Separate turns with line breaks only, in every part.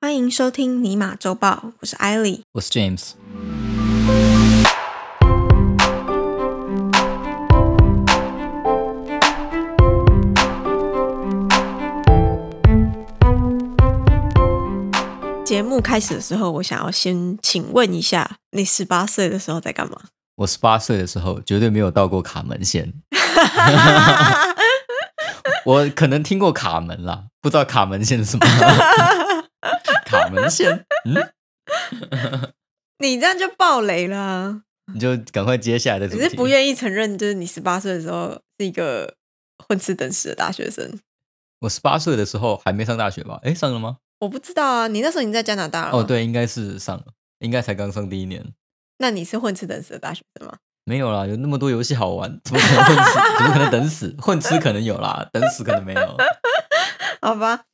欢迎收听尼玛周报，我是艾莉。
我是 James。
节目开始的时候，我想要先请问一下，你十八岁的时候在干嘛？
我十八岁的时候绝对没有到过卡门线，我可能听过卡门啦，不知道卡门线是 什么。卡门线，嗯，
你这样就爆雷啦！
你就赶快接下来的主
你
题。
是不愿意承认，就是你十八岁的时候是一个混吃等死的大学生。
我十八岁的时候还没上大学吧？哎，上了吗？
我不知道啊，你那时候已经在加拿大了吗
哦，，对，应该是上了，应该才刚上第一年。
那你是混吃等死的大学生吗？
没有啦，有那么多游戏好玩，怎么可能混吃？怎么可能等死？混吃可能有啦，等死可能没有。
好吧，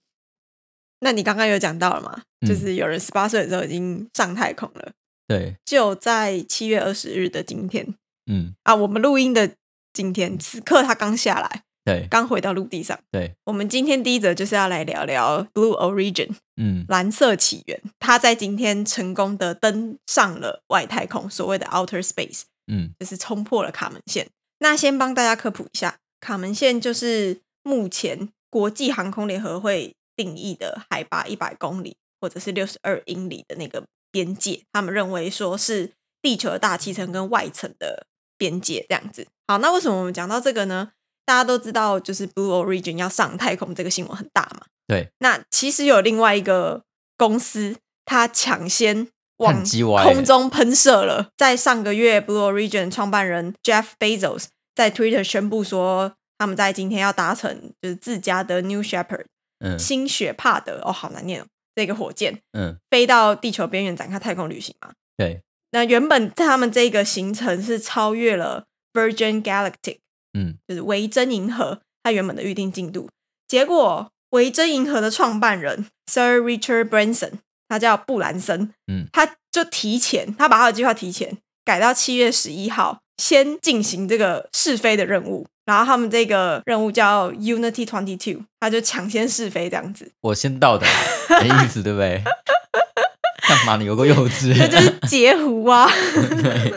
那你刚刚有讲到了嘛？
嗯
就是有人十八岁的时候已经上太空了，
对，
就在七月二十日的今天
嗯，
啊，我们录音的今天，此刻他刚下来，
对，
刚回到陆地上。
对，
我们今天第一则就是要来聊聊 Blue Origin
嗯，
蓝色起源，它在今天成功的登上了外太空，所谓的 Outer Space，
嗯，
就是冲破了卡门线。那先帮大家科普一下，卡门线就是目前国际航空联合会定义的海拔一百公里或者是六十二英里的那个边界，他们认为说是地球的大气层跟外层的边界这样子。好，那为什么我们讲到这个呢？大家都知道，就是 Blue Origin 要上太空这个新闻很大嘛。
对。
那其实有另外一个公司，它抢先往
看鸡歪
空中喷射了。在上个月，Blue Origin 创办人 Jeff Bezos 在 Twitter 宣布说，他们在今天要达成就是自家的 New Shepard
嗯
新雪帕德哦，好难念哦，这个火箭
嗯，
飞到地球边缘展开太空旅行嘛。
对，
那原本他们这个行程是超越了 Virgin Galactic，
嗯，
就是维珍银河它原本的预定进度。结果维珍银河的创办人 Sir Richard Branson，他叫布兰森，
嗯，
他就提前，他把他的计划提前改到七月十一号，先进行这个试飞的任务。然后他们这个任务叫 Unity Twenty Two，他就抢先试飞这样子。
我先到 的啊，没意思，对不对？干嘛你有个幼稚？
这就是截胡啊！
对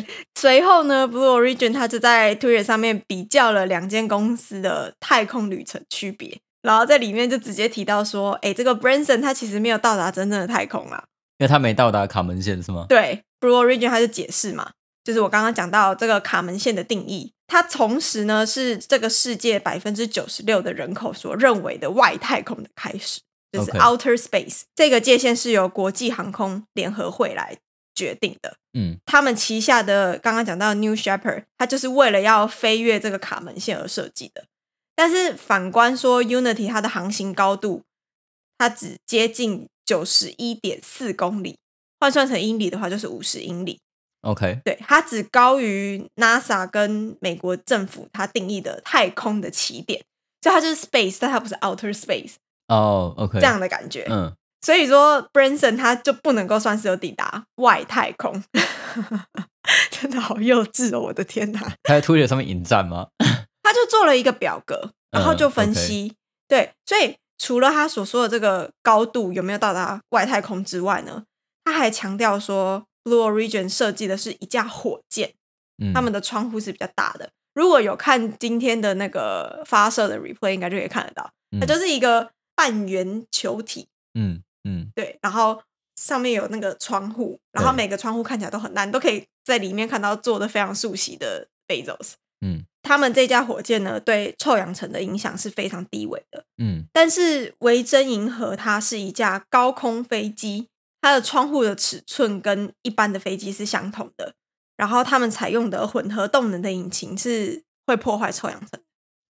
对，随后呢，Blue Origin 它就在 Twitter 上面比较了两间公司的太空旅程区别，然后在里面就直接提到说，哎，这个 Branson 他其实没有到达真正的太空啊。
因为他没到达卡门线是吗？
对，Blue Origin 他就解释嘛，就是我刚刚讲到这个卡门线的定义，它同时呢是这个世界百分之九十六的人口所认为的外太空的开始，就是
OK
outer space 这个界限是由国际航空联合会来决定的。
嗯
他们旗下的刚刚讲到的 New Shepard，它就是为了要飞越这个卡门线而设计的。但是反观说 Unity 它的航行高度，它只接近九十一点四公里，换算成英里的话就是五十英里。
，OK，
对，它只高于 NASA 跟美国政府它定义的太空的起点，所以它就是 space，但它不是 outer space
哦，OK，
这样，的感觉。
嗯，
所以说，Branson 他就不能够算是有抵达外太空， 真的好幼稚哦！我的天哪，
他在 Twitter 上面引战吗？
他就做了一个表格，然后就分
嗯
析。对，所以除了他所说的这个高度有没有到达外太空之外呢，他还强调说，Blue Origin 设计的是一架火箭，
嗯，
他们的窗户是比较大的。如果有看今天的那个发射的 replay，应该就可以看得到，它
嗯
就是一个半圆球体，
嗯嗯，
对，然后上面有那个窗户，然后
对
每个窗户看起来都很烂，都可以在里面看到做的非常熟悉的 Bezos。
嗯，
他们这架火箭呢，对臭氧层的影响是非常低微的。
嗯
但是维珍银河它是一架高空飞机，它的窗户的尺寸跟一般的飞机是相同的，然后他们采用的混合动能的引擎是会破坏臭氧层，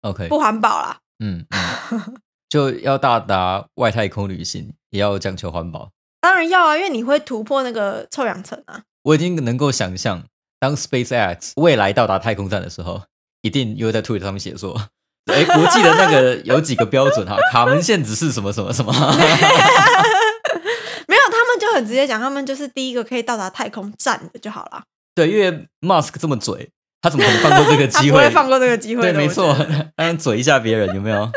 ，OK，
不环保啦。
嗯，嗯 就要到达外太空旅行，也要讲求环保。
当然要啊，因为你会突破那个臭氧层啊。
我已经能够想象，当 SpaceX 未来到达太空站的时候，一定又在 Twitter 上面写说：“ 哎，国际的那个有几个标准哈，卡门线只是什么什么什么。
没有，他们就很直接讲，他们就是第一个可以到达太空站的就好了，”
对，因为 Musk 这么嘴，他怎么可能放过这个
他
机
不
会？
会放过这个机会
对，
的。
没
我
错
觉得，
当然嘴一下别人有没有？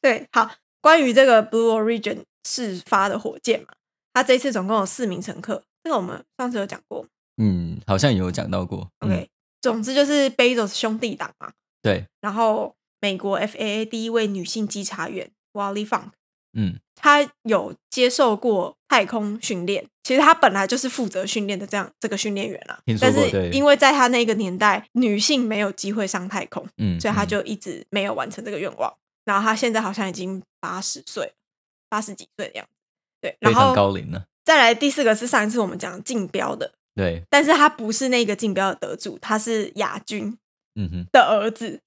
对，好，关于这个 Blue Origin 试发的火箭嘛，它这一次总共有四名乘客，这个我们上次有讲过。
嗯，好像有讲到过。
OK，、
嗯、
总之就是 Bezos 兄弟党嘛，
对，
然后美国 FAA 第一位女性稽查员 Wally Funk，
嗯
她有接受过太空训练。其实她本来就是负责训练的这样这个训练员啦
听，说
但
过
是
对
因为在她那个年代，女性没有机会上太空，
嗯，
所以她
嗯
就一直没有完成这个愿望。然后她现在好像已经八十岁，八十几岁的样子。对，然
非常
后
高龄了。
再来第四个是上一次我们讲竞标的，
对，
但是他不是那个竞标的得主，他是亚军
嗯哼，
的儿子。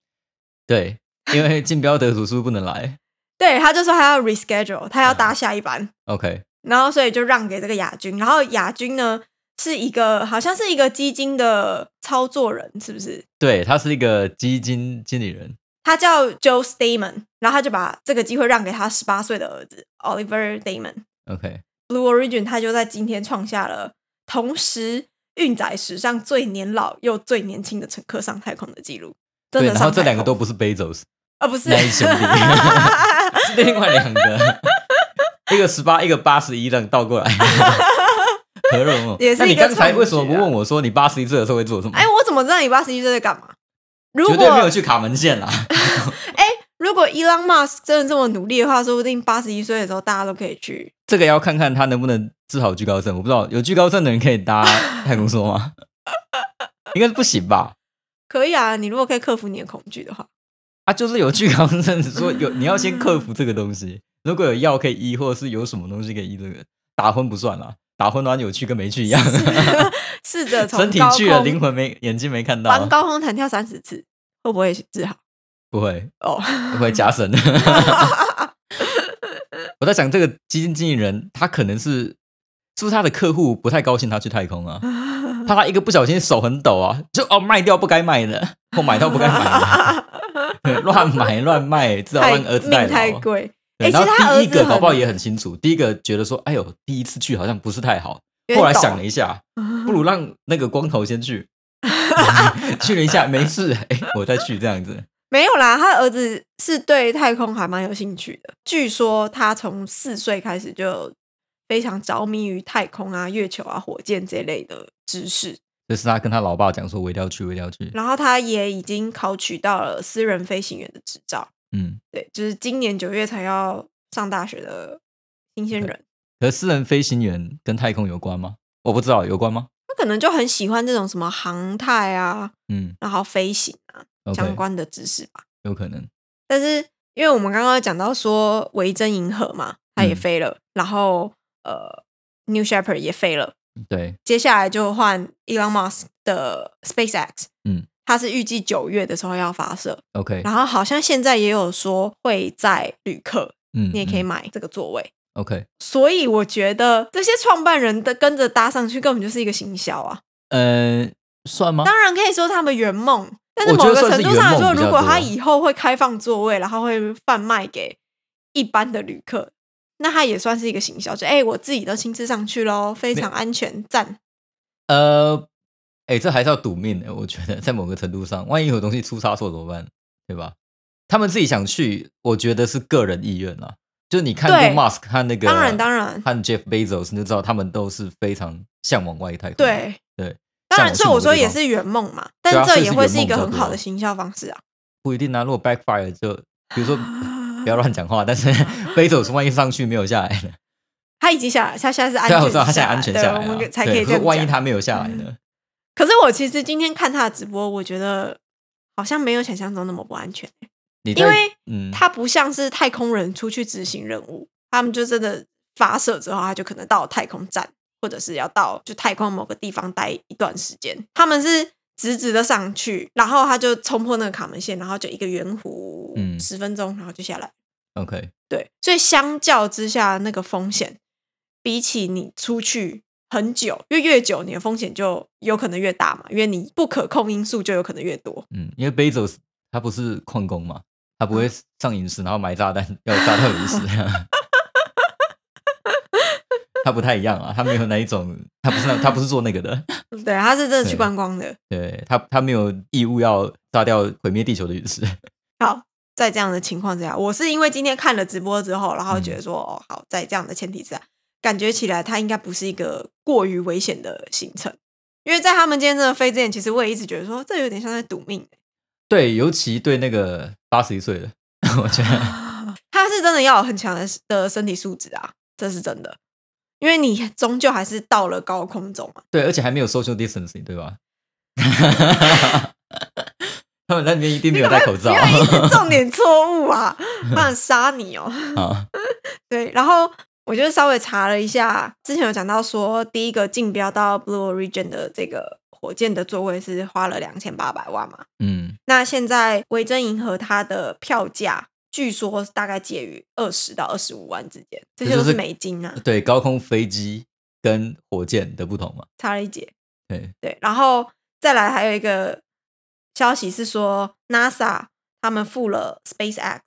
对，因为竞标得主是不是不能来
对，他就说他要 reschedule，他要
啊
搭下一班，
？OK，
然后所以就让给这个亚军。然后亚军呢是一个好像是一个基金的操作人，是不是？
对，他是一个基金经理人。
他叫 Joe Stamen，然后他就把这个机会让给他十八岁的儿子 Oliver Damon。
OK，
Blue Origin 他就在今天创下了同时运载史上最年老又最年轻的乘客上太空的记录。真
对，
的
然
上
后这
太
两个
空
都不是 Bezos，
啊，不是
那一兄弟 是另外两个，一个十八，一个八十一，这样倒 过来。 何荣哦，
也是
那
一
你
个
刚才为什么
创
不
举啊
问我说你八十一岁的时候会做什么？
哎，我怎么知道你八十一岁在干嘛？如
绝对没
果
有去卡门县啦。
如果 Elon Musk 真的这么努力的话，说不定八十一岁的时候大家都可以去。
这个要看看他能不能治好惧高症。我不知道有惧高症的人可以 搭太空梭吗？应该是不行吧？
可以啊，你如果可以克服你的恐惧的话，
啊，就是有惧高症，说有你要先克服这个东西。如果有药可以医，或者是有什么东西可以医，这个打昏不算啦，打昏完有去跟没去一样。
试着从
身体
高
去了，
空
灵魂没眼睛没看到
玩
啊，
高空弹跳三十次，会不会治好？
不会
哦，
不会加深。 我在想，这个基金经理人他可能是是不是他的客户不太高兴他去太空啊？怕他一个不小心手很抖啊，就哦卖掉不该卖的，或买到不该买的， 对乱买乱卖，至少
太
让啊儿子代
命太
劳。
贵。
哦对
哎，其
然
实他
后
儿
第一
子
个搞
很
不好也很清楚，第一个觉得说，哎呦，第一次去好像不是太好，
有点
后来
抖
想了一下，不如让那个光头先去， 去了一下没事，哎，我再去这样子。
没有啦，他儿子是对太空还蛮有兴趣的。据说他从四岁开始就非常着迷于太空啊、月球啊、火箭这类的知识，
就是他跟他老爸讲说，我一定要去，我一定要去。
然后他也已经考取到了私人飞行员的执照。
嗯，
对，就是今年九月才要上大学的新鲜人，
可是私人飞行员跟太空有关吗？我不知道有关吗？
他可能就很喜欢这种什么航太啊，
嗯
然后飞行啊相
，OK，
关的知识吧。
有可能。
但是因为我们刚刚讲到说维珍银河嘛，它也
嗯
飞了，然后呃，New Shepard 也飞了，
对，
接下来就换 Elon Musk 的 SpaceX，
嗯，
它是预计九月的时候要发射，
OK，
然后好像现在也有说会在旅客，
嗯，
你也可以
嗯
买这个座位。
OK，
所以我觉得这些创办人的跟着搭上去，根本就是一个行销啊！
呃，算吗？
当然可以说他们圆梦，但是
我
某
觉得
个程度上来说，
算是圆梦比较
如果他
多啊
以后会开放座位，然后会贩卖给一般的旅客，那他也算是一个行销，就哎、我自己都亲自上去喽，非常安全，赞！
呃，哎，这还是要赌命 的，我觉得在某个程度上，万一有东西出差错怎么办？对吧？他们自己想去，我觉得是个人意愿啦。就是你看
对
过 Musk 和那个，
当然当然
和 Jeff Bezos，你就知道他们都是非常向往外太空。，
对
对，
当然，
像
所以我
我去某
说
个地
也
方
是圆梦嘛，
对啊
但这
所以
也
是
会
圆
是一
梦
个
比较
很好
多
的行销方式啊。
不一定啊。如果 backfire 就，比如说不要乱讲话，但 是 Bezos 万一上去没有下来呢？
他已经下来，他现在是安
虽
全下
然我
来，
知道他现在安全下来
对，
了、
我
啊
们，才可以这
对可是
样
万一
讲嗯
他没有下来呢？
可是我其实今天看他的直播，我觉得好像没有想象中那么不安全，
你
因
在
为
嗯，
他不像是太空人出去执行任务，他们就真的发射之后，他就可能到太空站，或者是要到就太空某个地方待一段时间。他们是直直的上去，然后他就冲破那个卡门线，然后就一个圆弧，
嗯
十分钟，然后就下来。
OK，
对，所以相较之下，那个风险比起你出去很久，因为越久你的风险就有可能越大嘛，因为你不可控因素就有可能越多。
嗯，因为 Bezos 他不是矿工嘛，他不
嗯
会上陨石然后埋炸弹 要炸到陨石，啊他不太一样啊，他没有那一种，他不是那他不是做那个的，
对，他是真的去
对
观光的。
对他他没有义务要炸掉毁灭地球的陨石，
好，在这样的情况之下，我是因为今天看了直播之后，然后觉得说，哦，好，在这样的前提之下，感觉起来它应该不是一个过于危险的行程。因为在他们今天真的飞之前，其实我也一直觉得说，这有点像在赌命、 欸
对，尤其对那个八十一岁的， 我觉得
他是真的要有很强的的身体素质啊，这是真的。因为你终究还是到了高空中嘛，
对，而且还没有 social distancing，对 吧？他们那边一定没有戴口罩
不。要 一直重点错误啊，我想杀你哦。
好，
对，然后我就稍微查了一下，之前有讲到说，第一个竞标到 Blue Origin 的这个火箭的座位是花了两千八百万嘛，
嗯，
那现在维珍银河它的票价据说大概介于二十到二十五万之间，这些都
这就是是呃
美金啊，
对，高空飞机跟火箭的不同嘛，
差了一截。
对，
对，然后再来还有一个消息是说，NASA 他们付了 SpaceX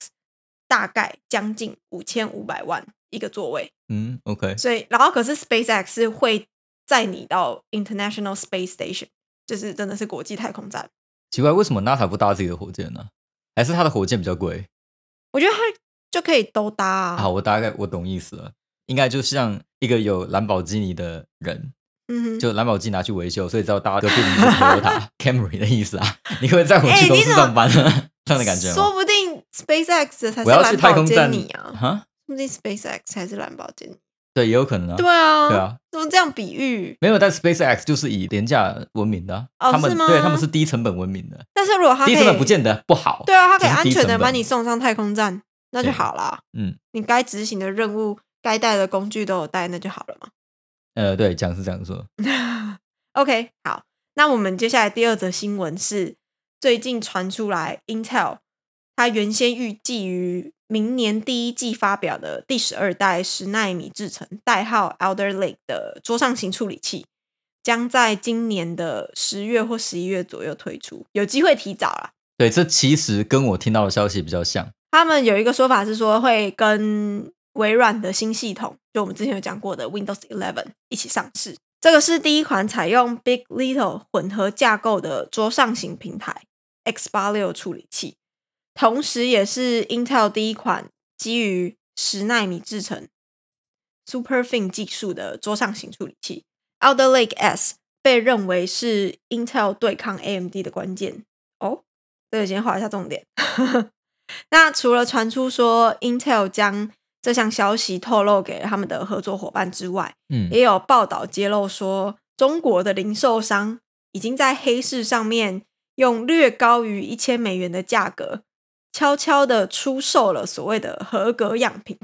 大概将近五千五百万一个座位，
嗯，OK，
所以然后可是 SpaceX 是会载你到 International Space Station，就是真的是国际太空站。
奇怪，为什么 NASA 不搭自己的火箭呢、还是他的火箭比较贵？
我觉得它就可以都搭啊。
好，，我大概我懂意思了，应该就像一个有兰博基尼的人，
嗯哼，
就兰博基尼拿去维修，所以知道大家隔壁邻居是 Toyota Camry 的意思啊。你可不可以载我
哎
去公
你
司
怎么
上班啊？这样的感觉
说
吗？
不定 SpaceX 的才是
我要去
蓝
太
宝
空
坚
站
尼啊，
哈
说不定 SpaceX 才是蓝宝坚尼。
对，也有可能啊。
对啊，
对啊，
怎么这样比喻？
没有，但 SpaceX 就是以廉价闻名的啊、
哦
他们
是吗
对他们是低成本闻名的，
但是如果它可
低
以
成本不见得不好。
对啊，他可以
只是
安
低
全的
成本
把你送上太空站，那就
对
好啦。
嗯，
你该执行的任务、该带的工具都有带，那就好了
呃，对，讲是这样说，
嘛。OK，好， 那我们接下来第二则新闻是最近传出来，Intel 它原先预计于明年第一季发表的第十二代十纳米制程，代号 Elder Lake 的桌上型处理器。将在今年的十月或十一月左右推出，有机会提早啦。
对，这其实跟我听到的消息比较像。
他们有一个说法是说会跟微软的新系统，就我们之前有讲过的 Windows 11一起上市。这个是第一款采用 Big Little 混合架构的桌上型平台 X 八六处理器，同时也是 Intel 第一款基于十纳米制程 SuperFin 技术的桌上型处理器。Alder Lake S 被认为是 Intel 对抗 AMD 的关键哦。这个先划一下重点。那除了传出说 Intel 将这项消息透露给他们的合作伙伴之外，
嗯，
也有报道揭露说，中国的零售商已经在黑市上面用略高于一千美元的价格，悄悄的出售了所谓的合格样品，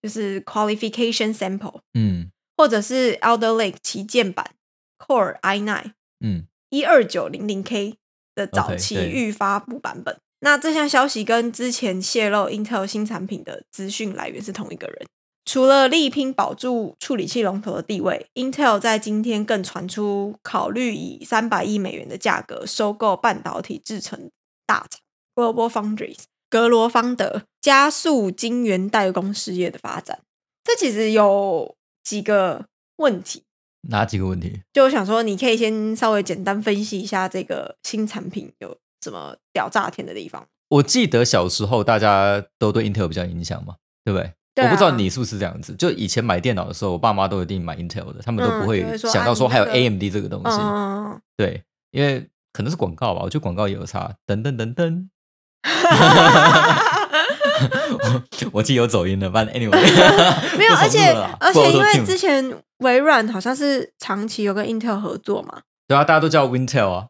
就是 qualification sample，
嗯
或者是 Alder Lake 旗舰版 Core i9
嗯，
一二九零零 K 的早
OK，
期
对
预发布版本。那这项消息跟之前泄露 Intel 新产品的资讯来源是同一个人。除了力拼保住处理器龙头的地位，Intel 在今天更传出考虑以三百亿美元的价格收购半导体制成大厂 Global Foundries 格罗方德，加速晶圆代工事业的发展。这其实有几个问题，
哪几个问题？
就我想说，你可以先稍微简单分析一下这个新产品有什么屌炸天的地方。
我记得小时候大家都对 Intel 比较有影响嘛，对不对？
对啊
我不知道你是不是这样子。就以前买电脑的时候，我爸妈都一定买 Intel 的，他们都
嗯
不
就会
会
说
想到说
啊
还有
你那个
AMD 这个东西。
嗯，
对，因为可能是广告吧，我觉得广告也有差。等等等等， 我我记得有走音了，反正 anyway
嗯没有，
不重
而且
复了啦
而
不
且因为
auto-tune
之前微软好像是长期有跟 Intel 合作 嘛，
对啊，大家都叫 Wintel 啊，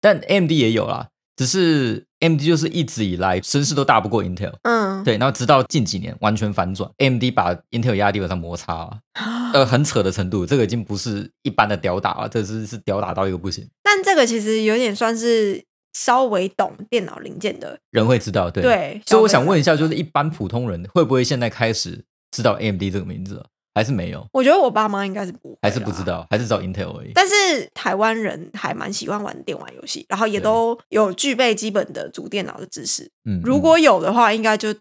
但 AMD 也有啦，只是 AMD 就是一直以来声势都大不过 Intel。
嗯，
对，然后直到近几年完全反转，AMD 把 Intel 压低往上摩擦、啊，呃，很扯的程度，这个已经不是一般的屌打了，这是是屌打到一个不行，
但这个其实有点算是稍微懂电脑零件的，
人会知道，对。
对。
所以
消费者
我想问一下，就是一般普通人会不会现在开始知道 AMD 这个名字了，还是没有，
我觉得我爸妈应该是不会
还是不
啦
知道，还是找 Intel 而已？
啊但是台湾人还蛮喜欢玩电玩游戏，然后也
对
都有具备基本的主电脑的知识。
嗯，
如
嗯
果有的话，应该就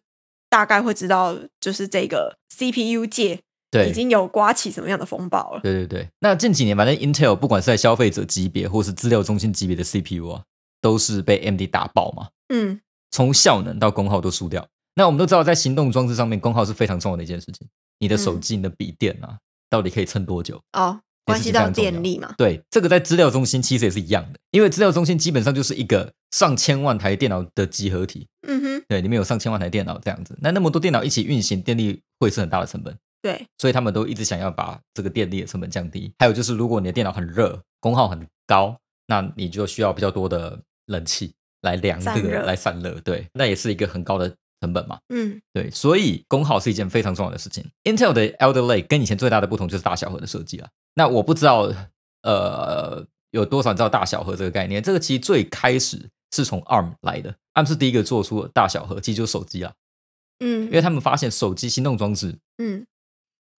大概会知道，就是这个 CPU 界
对
已经有刮起什么样的风暴了。
对对对，那近几年反正 Intel 不管是在消费者级别或是资料中心级别的 CPU 啊，都是被 MD 打爆嘛，
嗯，
从效能到功耗都输掉。那我们都知道，在行动装置上面，功耗是非常重要的一件事情。
嗯
你的手机、你的笔电啊，到底可以撑多久？
哦，关系到电力嘛，
对，这个在资料中心其实也是一样的，因为资料中心基本上就是一个上千万台电脑的集合体，
嗯哼，
对，里面有上千万台电脑这样子。那那么多电脑一起运行，电力会是很大的成本，
对，
所以他们都一直想要把这个电力的成本降低。还有就是，如果你的电脑很热，功耗很高，那你就需要比较多的冷气来凉这
散
个
热
来散热，对，那也是一个很高的成本嘛。
嗯
对，所以功耗是一件非常重要的事情。Intel 的 Elder Lake 跟以前最大的不同就是大小核的设计啊。那我不知道，呃，有多少人知道大小核这个概念？这个其实最开始是从 ARM 来的，ARM 是第一个做出大小核，其实就是手机啊，
嗯，
因为他们发现手机行动装置
嗯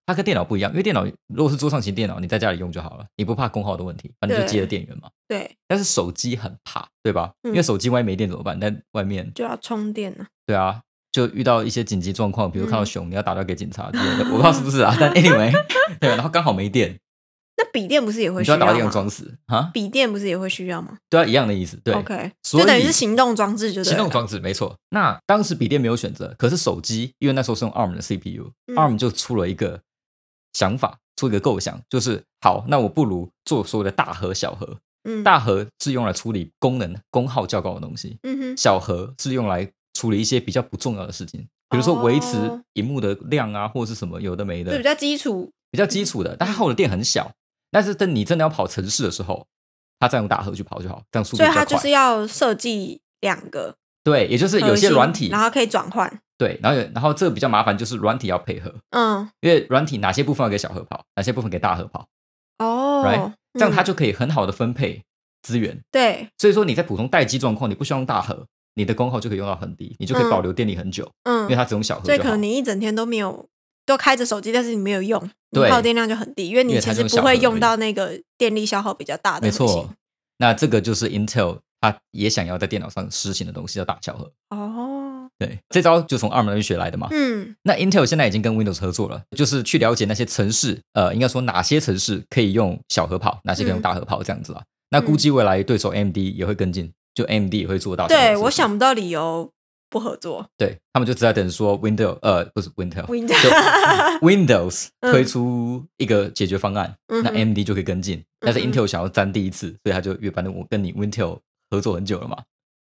它跟电脑不一样，因为电脑如果是桌上型电脑，你在家里用就好了，你不怕功耗的问题，反正就接了电源嘛。
对，
但是手机很怕，对吧？
嗯
因为手机万一没电怎么办？在外面
就要充电呢，
对啊，就遇到一些紧急状况，比如看到
嗯
熊，你要打电话给警察之类的，我不知道是不是 啊。但 anyway，对，然后刚好没电，
那笔电不是也会
你
需
就要
要
打电话
吗？
装死啊，
笔电不是也会需要吗
对啊，一样的意思，对。
？OK，
所以
就等于是行动装置，就对
行
了
动装置没错。那当时笔电没有选择，可是手机，因为那时候是用 ARM 的 CPU，ARM、
嗯
ARM 就出了一个想法，出一个构想，就是好，那我不如做所谓的大核、小核。
嗯
大核是用来处理功能、功耗较高的东西，
嗯哼
小核是用来处理一些比较不重要的事情，比如说维持
哦
荧幕的量啊，或者是什么有的没
就比
的，
较基础，
比较基础的。但它耗的电很小，但是等你真的要跑城市的时候，它再用大核去跑就好，这样速度
所以
比较
它就
快
是。要设计两个
对，也就是有
核
些
心
软体
然后可以转换，
对，然后有然后这个比较麻烦就是软体要配合，
嗯，
因为软体哪些部分要给小核跑，哪些部分给大核跑，Right，
哦，
这样它
嗯
就可以很好的分配资源。
对，
所以说你在普通待机状况，你不需要用大核，你的功耗就可以用到很低，你就可以
嗯
保留电力很久，因为
嗯，
它只用小核
所以
就
可
好
能。你一整天都没有都开着手机，但是你没有用，你
对
耗电量就很低，因为
因
你
为
其
它
实
用
不
小
会
核而
用
已
到那个电力消耗比较大的
没
核心，
错，那这个就是 Intel 它也想要在电脑上实行的东西，叫大小核。
哦，
对，这招就从 ARM 那边学来的嘛。
嗯
那 Intel 现在已经跟 Windows 合作了，就是去了解那些城市，呃，应该说哪些城市可以用小核跑，哪些可以用
嗯
大核跑这样子啦。那估计未来对手 AMD 也会跟进，就 AMD 也会做到。
对，我想，不到理由不合作。
对他们就只在等说 Windows，呃，不是 Windows。
Win
就 Windows
嗯
推出一个解决方案，
嗯
那
哼
AMD 就可以跟进。但是
嗯哼
Intel 想要沾第一次，所以他就越反正我跟你 Intel 合作很久了嘛，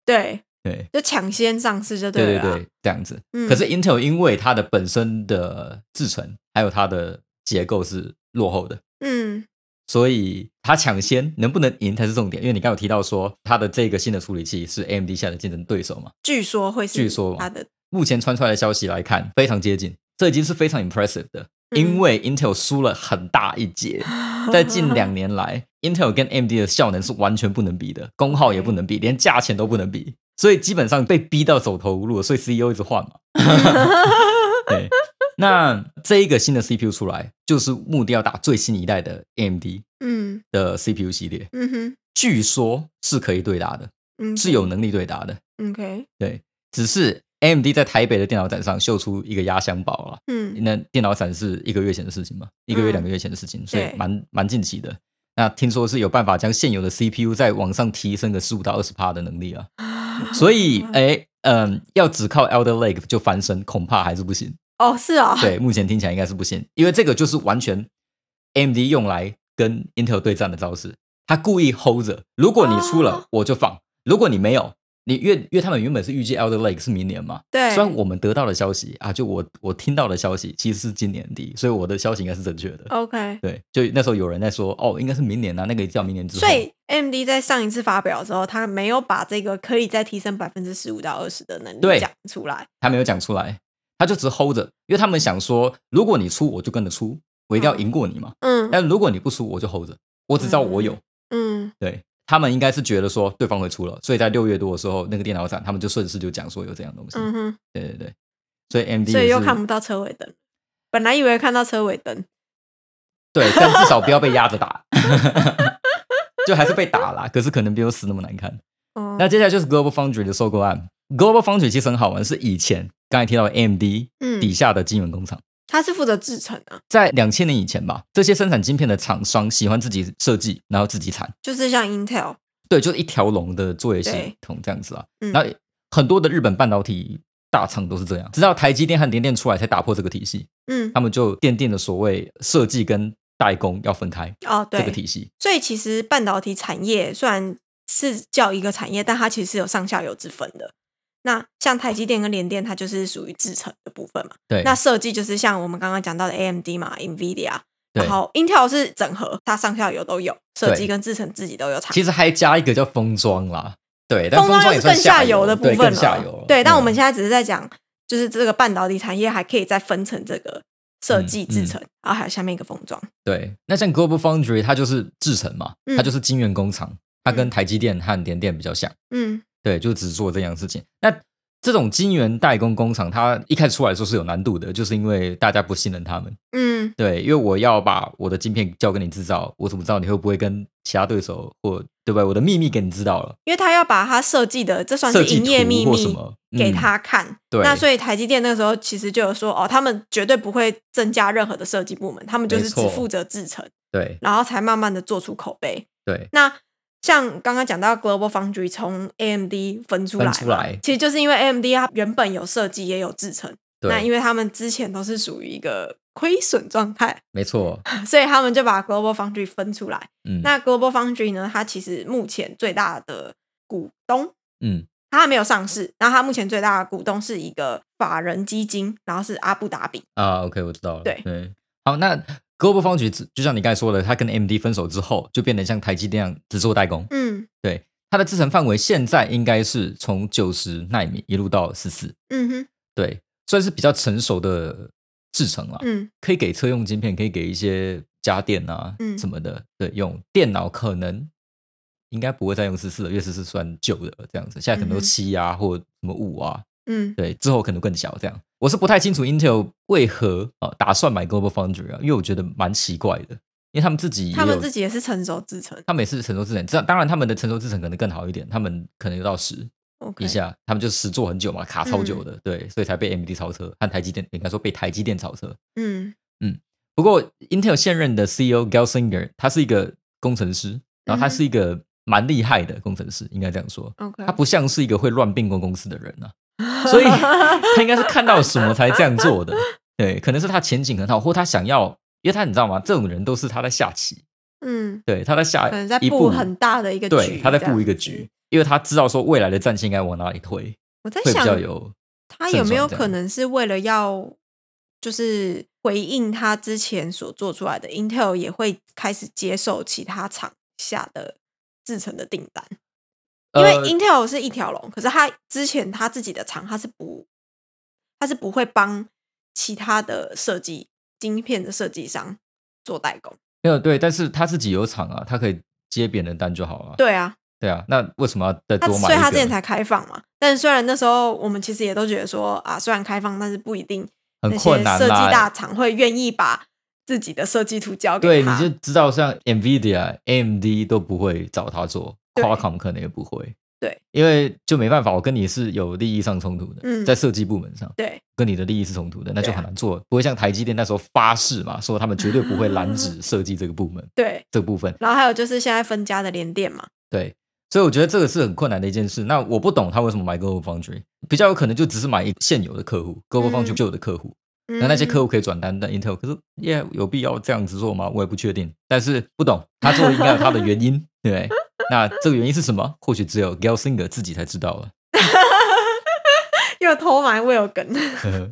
对，
对，
就抢先上市就
对
了
对
啦。
对，这样子。
嗯
可是 Intel 因为它的本身的制程还有它的结构是落后的，
嗯
所以它抢先能不能赢才是重点。因为你刚刚有提到说它的这个新的处理器是 AMD 下的竞争对手嘛，
据说会是
据说嘛
它 的
目前传出来的消息来看非常接近，这已经是非常 impressive 的。
嗯
因为 Intel 输了很大 一截，在近两年来，Intel 跟 AMD 的效能是完全不能比的，功耗也不能比，连价钱都不能比，所以基本上被逼到走投无路了，所以 CEO 一直换嘛。对， 那这一个新的 CPU 出来，就是目的要打最新一代的 AMD
嗯
的 CPU 系列，
嗯哼
据说是可以对打的，
嗯
是有能力对打的。
OK
对，只是 AMD 在台北的电脑展上秀出一个压箱宝了。
嗯
那电脑展是一个月前的事情嘛，一个月、
嗯
两个月前的事情，所以
对
蛮蛮近期的。那听说是有办法将现有的 CPU 再往上提升个十五到二十趴的能力 啊，所以哎，嗯，要只靠 Elder Lake 就翻身，恐怕还是不行。
哦是哦
对，目前听起来应该是不行，因为这个就是完全 AMD 用来跟 Intel 对战的招式，他故意 hold 着。如果你出了
哦，
我就放；如果你没有，你因为因为他们原本是预计 Elder Lake 是明年嘛，
对，
虽然我们得到的消息啊，就我我听到的消息其实是今年底，所以我的消息应该是正确
哦
的。
OK。
对，就那时候有人在说，哦，应该是明年啊，那个叫明年之后。
所以 m d 在上一次发表的时候，他没有把这个可以再提升百分之十五到二十的能
对
力讲出来。
他没有讲出来，他就只 hold 着，因为他们想说，如果你出，我就跟着出，我一定要赢过你嘛。
嗯
但如果你不出，我就 hold 着，我只知道我有。
嗯
对他们应该是觉得说对方会出了，所以在六月多的时候，那个电脑展他们就顺势就讲说有这样东西。
嗯哼，
对对对，所以 M D
所以又看不到车尾灯。本来以为看到车尾灯，
对，但至少不要被压着打， 就还是被打啦，可是可能没有死那么难看。
哦
那接下来就是 Global Foundry 的收购案。Global Foundry 其实很好玩，是以前刚才提到的 AMD
嗯
底下的晶圆工厂，
他是负责制成啊，
在两千年以前吧，这些生产晶片的厂商喜欢自己设计，然后自己产。
就是像 Intel，
对，就是一条龙的作业系
对
统这样子啊。
嗯
然后很多的日本半导体大厂都是这样，直到台积电和联电出来才打破这个体系，
嗯，
他们就奠定了所谓设计跟代工要分开
哦，
这个
对，
体系。
所以其实半导体产业虽然是叫一个产业，但它其实是有上下游之分的。那像台积电跟联电，它就是属于制程的部分嘛。
对，
那设计就是像我们刚刚讲到的 AMD 嘛、NVIDIA，
对
然后 Intel 是整合，它上下游都有，设计
对
跟制程自己都有厂。
其实还加一个叫封装啦，对，但
封装
装
又
也
是更
算
下游
游
的部
对
分
更下游了。
对，但我们
嗯
现在只是在讲，就是这个半导体产业还可以再分成这个设计、
嗯
制程，然后还有下面一个封装。
对，那像 Global Foundry 它就是制程嘛，
嗯
它就是晶圆工厂，它跟台积电和联电比较像，
嗯
对，就只做这样的事情。那这种晶圆代工工厂，它一开始出来的时候是有难度的，就是因为大家不信任他们。
嗯，
对，因为我要把我的晶片交给你制造，我怎么知道你会不会跟其他对手或对吧？我的秘密给你知道了，
因为他要把他设计的，这算是
设计
营业
图
秘
或什
密
么
给
嗯
他看。
对
那所以台积电那个时候其实就有说，哦，他们绝对不会增加任何的设计部门，他们就是
没
只
错
负责制程，
对
然后才慢慢的做出口碑。
对，
那像刚刚讲到 Global Foundry 从 AMD 分出来嘛，
分出来
其实就是因为 AMD 它原本有设计也有制程，那因
对，
为他们之前都是属于一个亏损状态，
没错，
所以他们就把 Global Foundry 分出来。
嗯，
那 Global Foundry 呢，它其实目前最大的股东，
嗯，
它还没有上市，然后它目前最大的股东是一个法人基金，然后是阿布达比。
啊，OK，我知道了。
对
对，好，那 Global Foundry 只就像你刚才说的，它跟 MD 分手之后，就变得像台积电那样只做代工。
嗯
对，它的制程范围现在应该是从九十纳米一路到十四，
嗯哼
对，算是比较成熟的制程了，
嗯
可以给车用晶片，可以给一些家电啊、
嗯
什么的，对，用电脑可能。应该不会再用十四了，因为十四算旧的了这样子，现在可能
嗯
都
哼
七啊、或什么五啊，
嗯
对，之后可能更小这样。我是不太清楚 Intel 为何啊、呃打算买 Global Foundry 啊，因为我觉得蛮奇怪的，因为他们自己也有
他们自己也是成熟制程。
他们也是成熟制程，这当然他们的成熟制程可能更好一点，他们可能有到十
OK，嗯
以下，他们就实做很久嘛，卡超久的，对，所以才被 AMD 超车，和台积电应该说被台积电超车。
嗯
不过 Intel 现任的 CEO Gelsinger 他是一个工程师，然后他
嗯哼
是一个蛮厉害的工程师，应该这样说，
OK，
他不像是一个会乱并购公司的人啊。 所以他应该是看到什么才这样做的。对，可能是他前景很好，或他想要，因为他你知道吗？这种人都是他在下棋，
嗯，
对，他在下
可能在
一
布很大的一个
对，
局，
他在
这样
布一个
子
局。，因为他知道说未来的战线应该往哪里推，
我在
会比
想
较有
他有没有
症状这样
可能是为了要就是回应他之前所做出来的，Intel 也会开始接受其他厂下的制成的订单？因为
呃
Intel 是一条龙，可是他之前他自己的厂他是不他是不会帮其他的设计晶片的设计商做代工。
没有对，但是他自己有厂啊，他可以接别人的单就好了。
对啊，
对啊，那为什么要再
他
多买
所以
一
他之前
个？
才开放嘛。但虽然那时候我们其实也都觉得说啊，虽然开放，但是不一定
很
那
困
些
难
设计大
啦。
厂会愿意把自己的设计图交
对，
给
你
他。
就知道像 NVIDIA、AMD 都不会找他做
对
，Qualcomm 可能也不会。
对，
因为就没办法，我跟你是有利益上冲突的，
嗯
在设计部门上
对，
跟你的利益是冲突的，那就
对啊
很难做。不会像台积电那时候发誓嘛，说他们绝对不会 拦止设计这个部门
对，
这个部分。
然后还有就是现在分家的联电嘛，
对，所以我觉得这个是很困难的一件事。那我不懂他为什么买 Global Foundry，比较有可能就只是买现有的客户，Global
嗯
Foundry 旧有的客户，
那
那那些
嗯
客户可以转单，但 Intel 可是耶、有必要这样子做吗？我也不确定，但是不懂他做应该有他的原因，对不对？那这个原因是什么？或许只有 Gelsinger 自己才知道了。
又偷买 Will 梗。
呵呵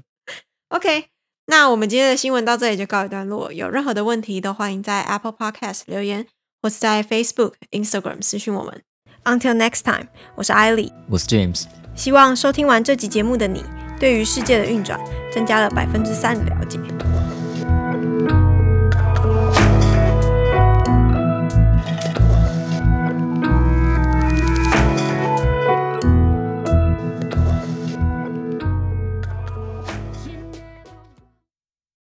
OK，那我们今天的新闻到这里就告一段落。有任何的问题都欢迎在 Apple Podcast 留言，或是在 Facebook、Instagram 私讯我们。Until next time，我是艾莉。
我是 James。
希望收听完这集节目的你，对于世界的运转增加了百分之三的了解。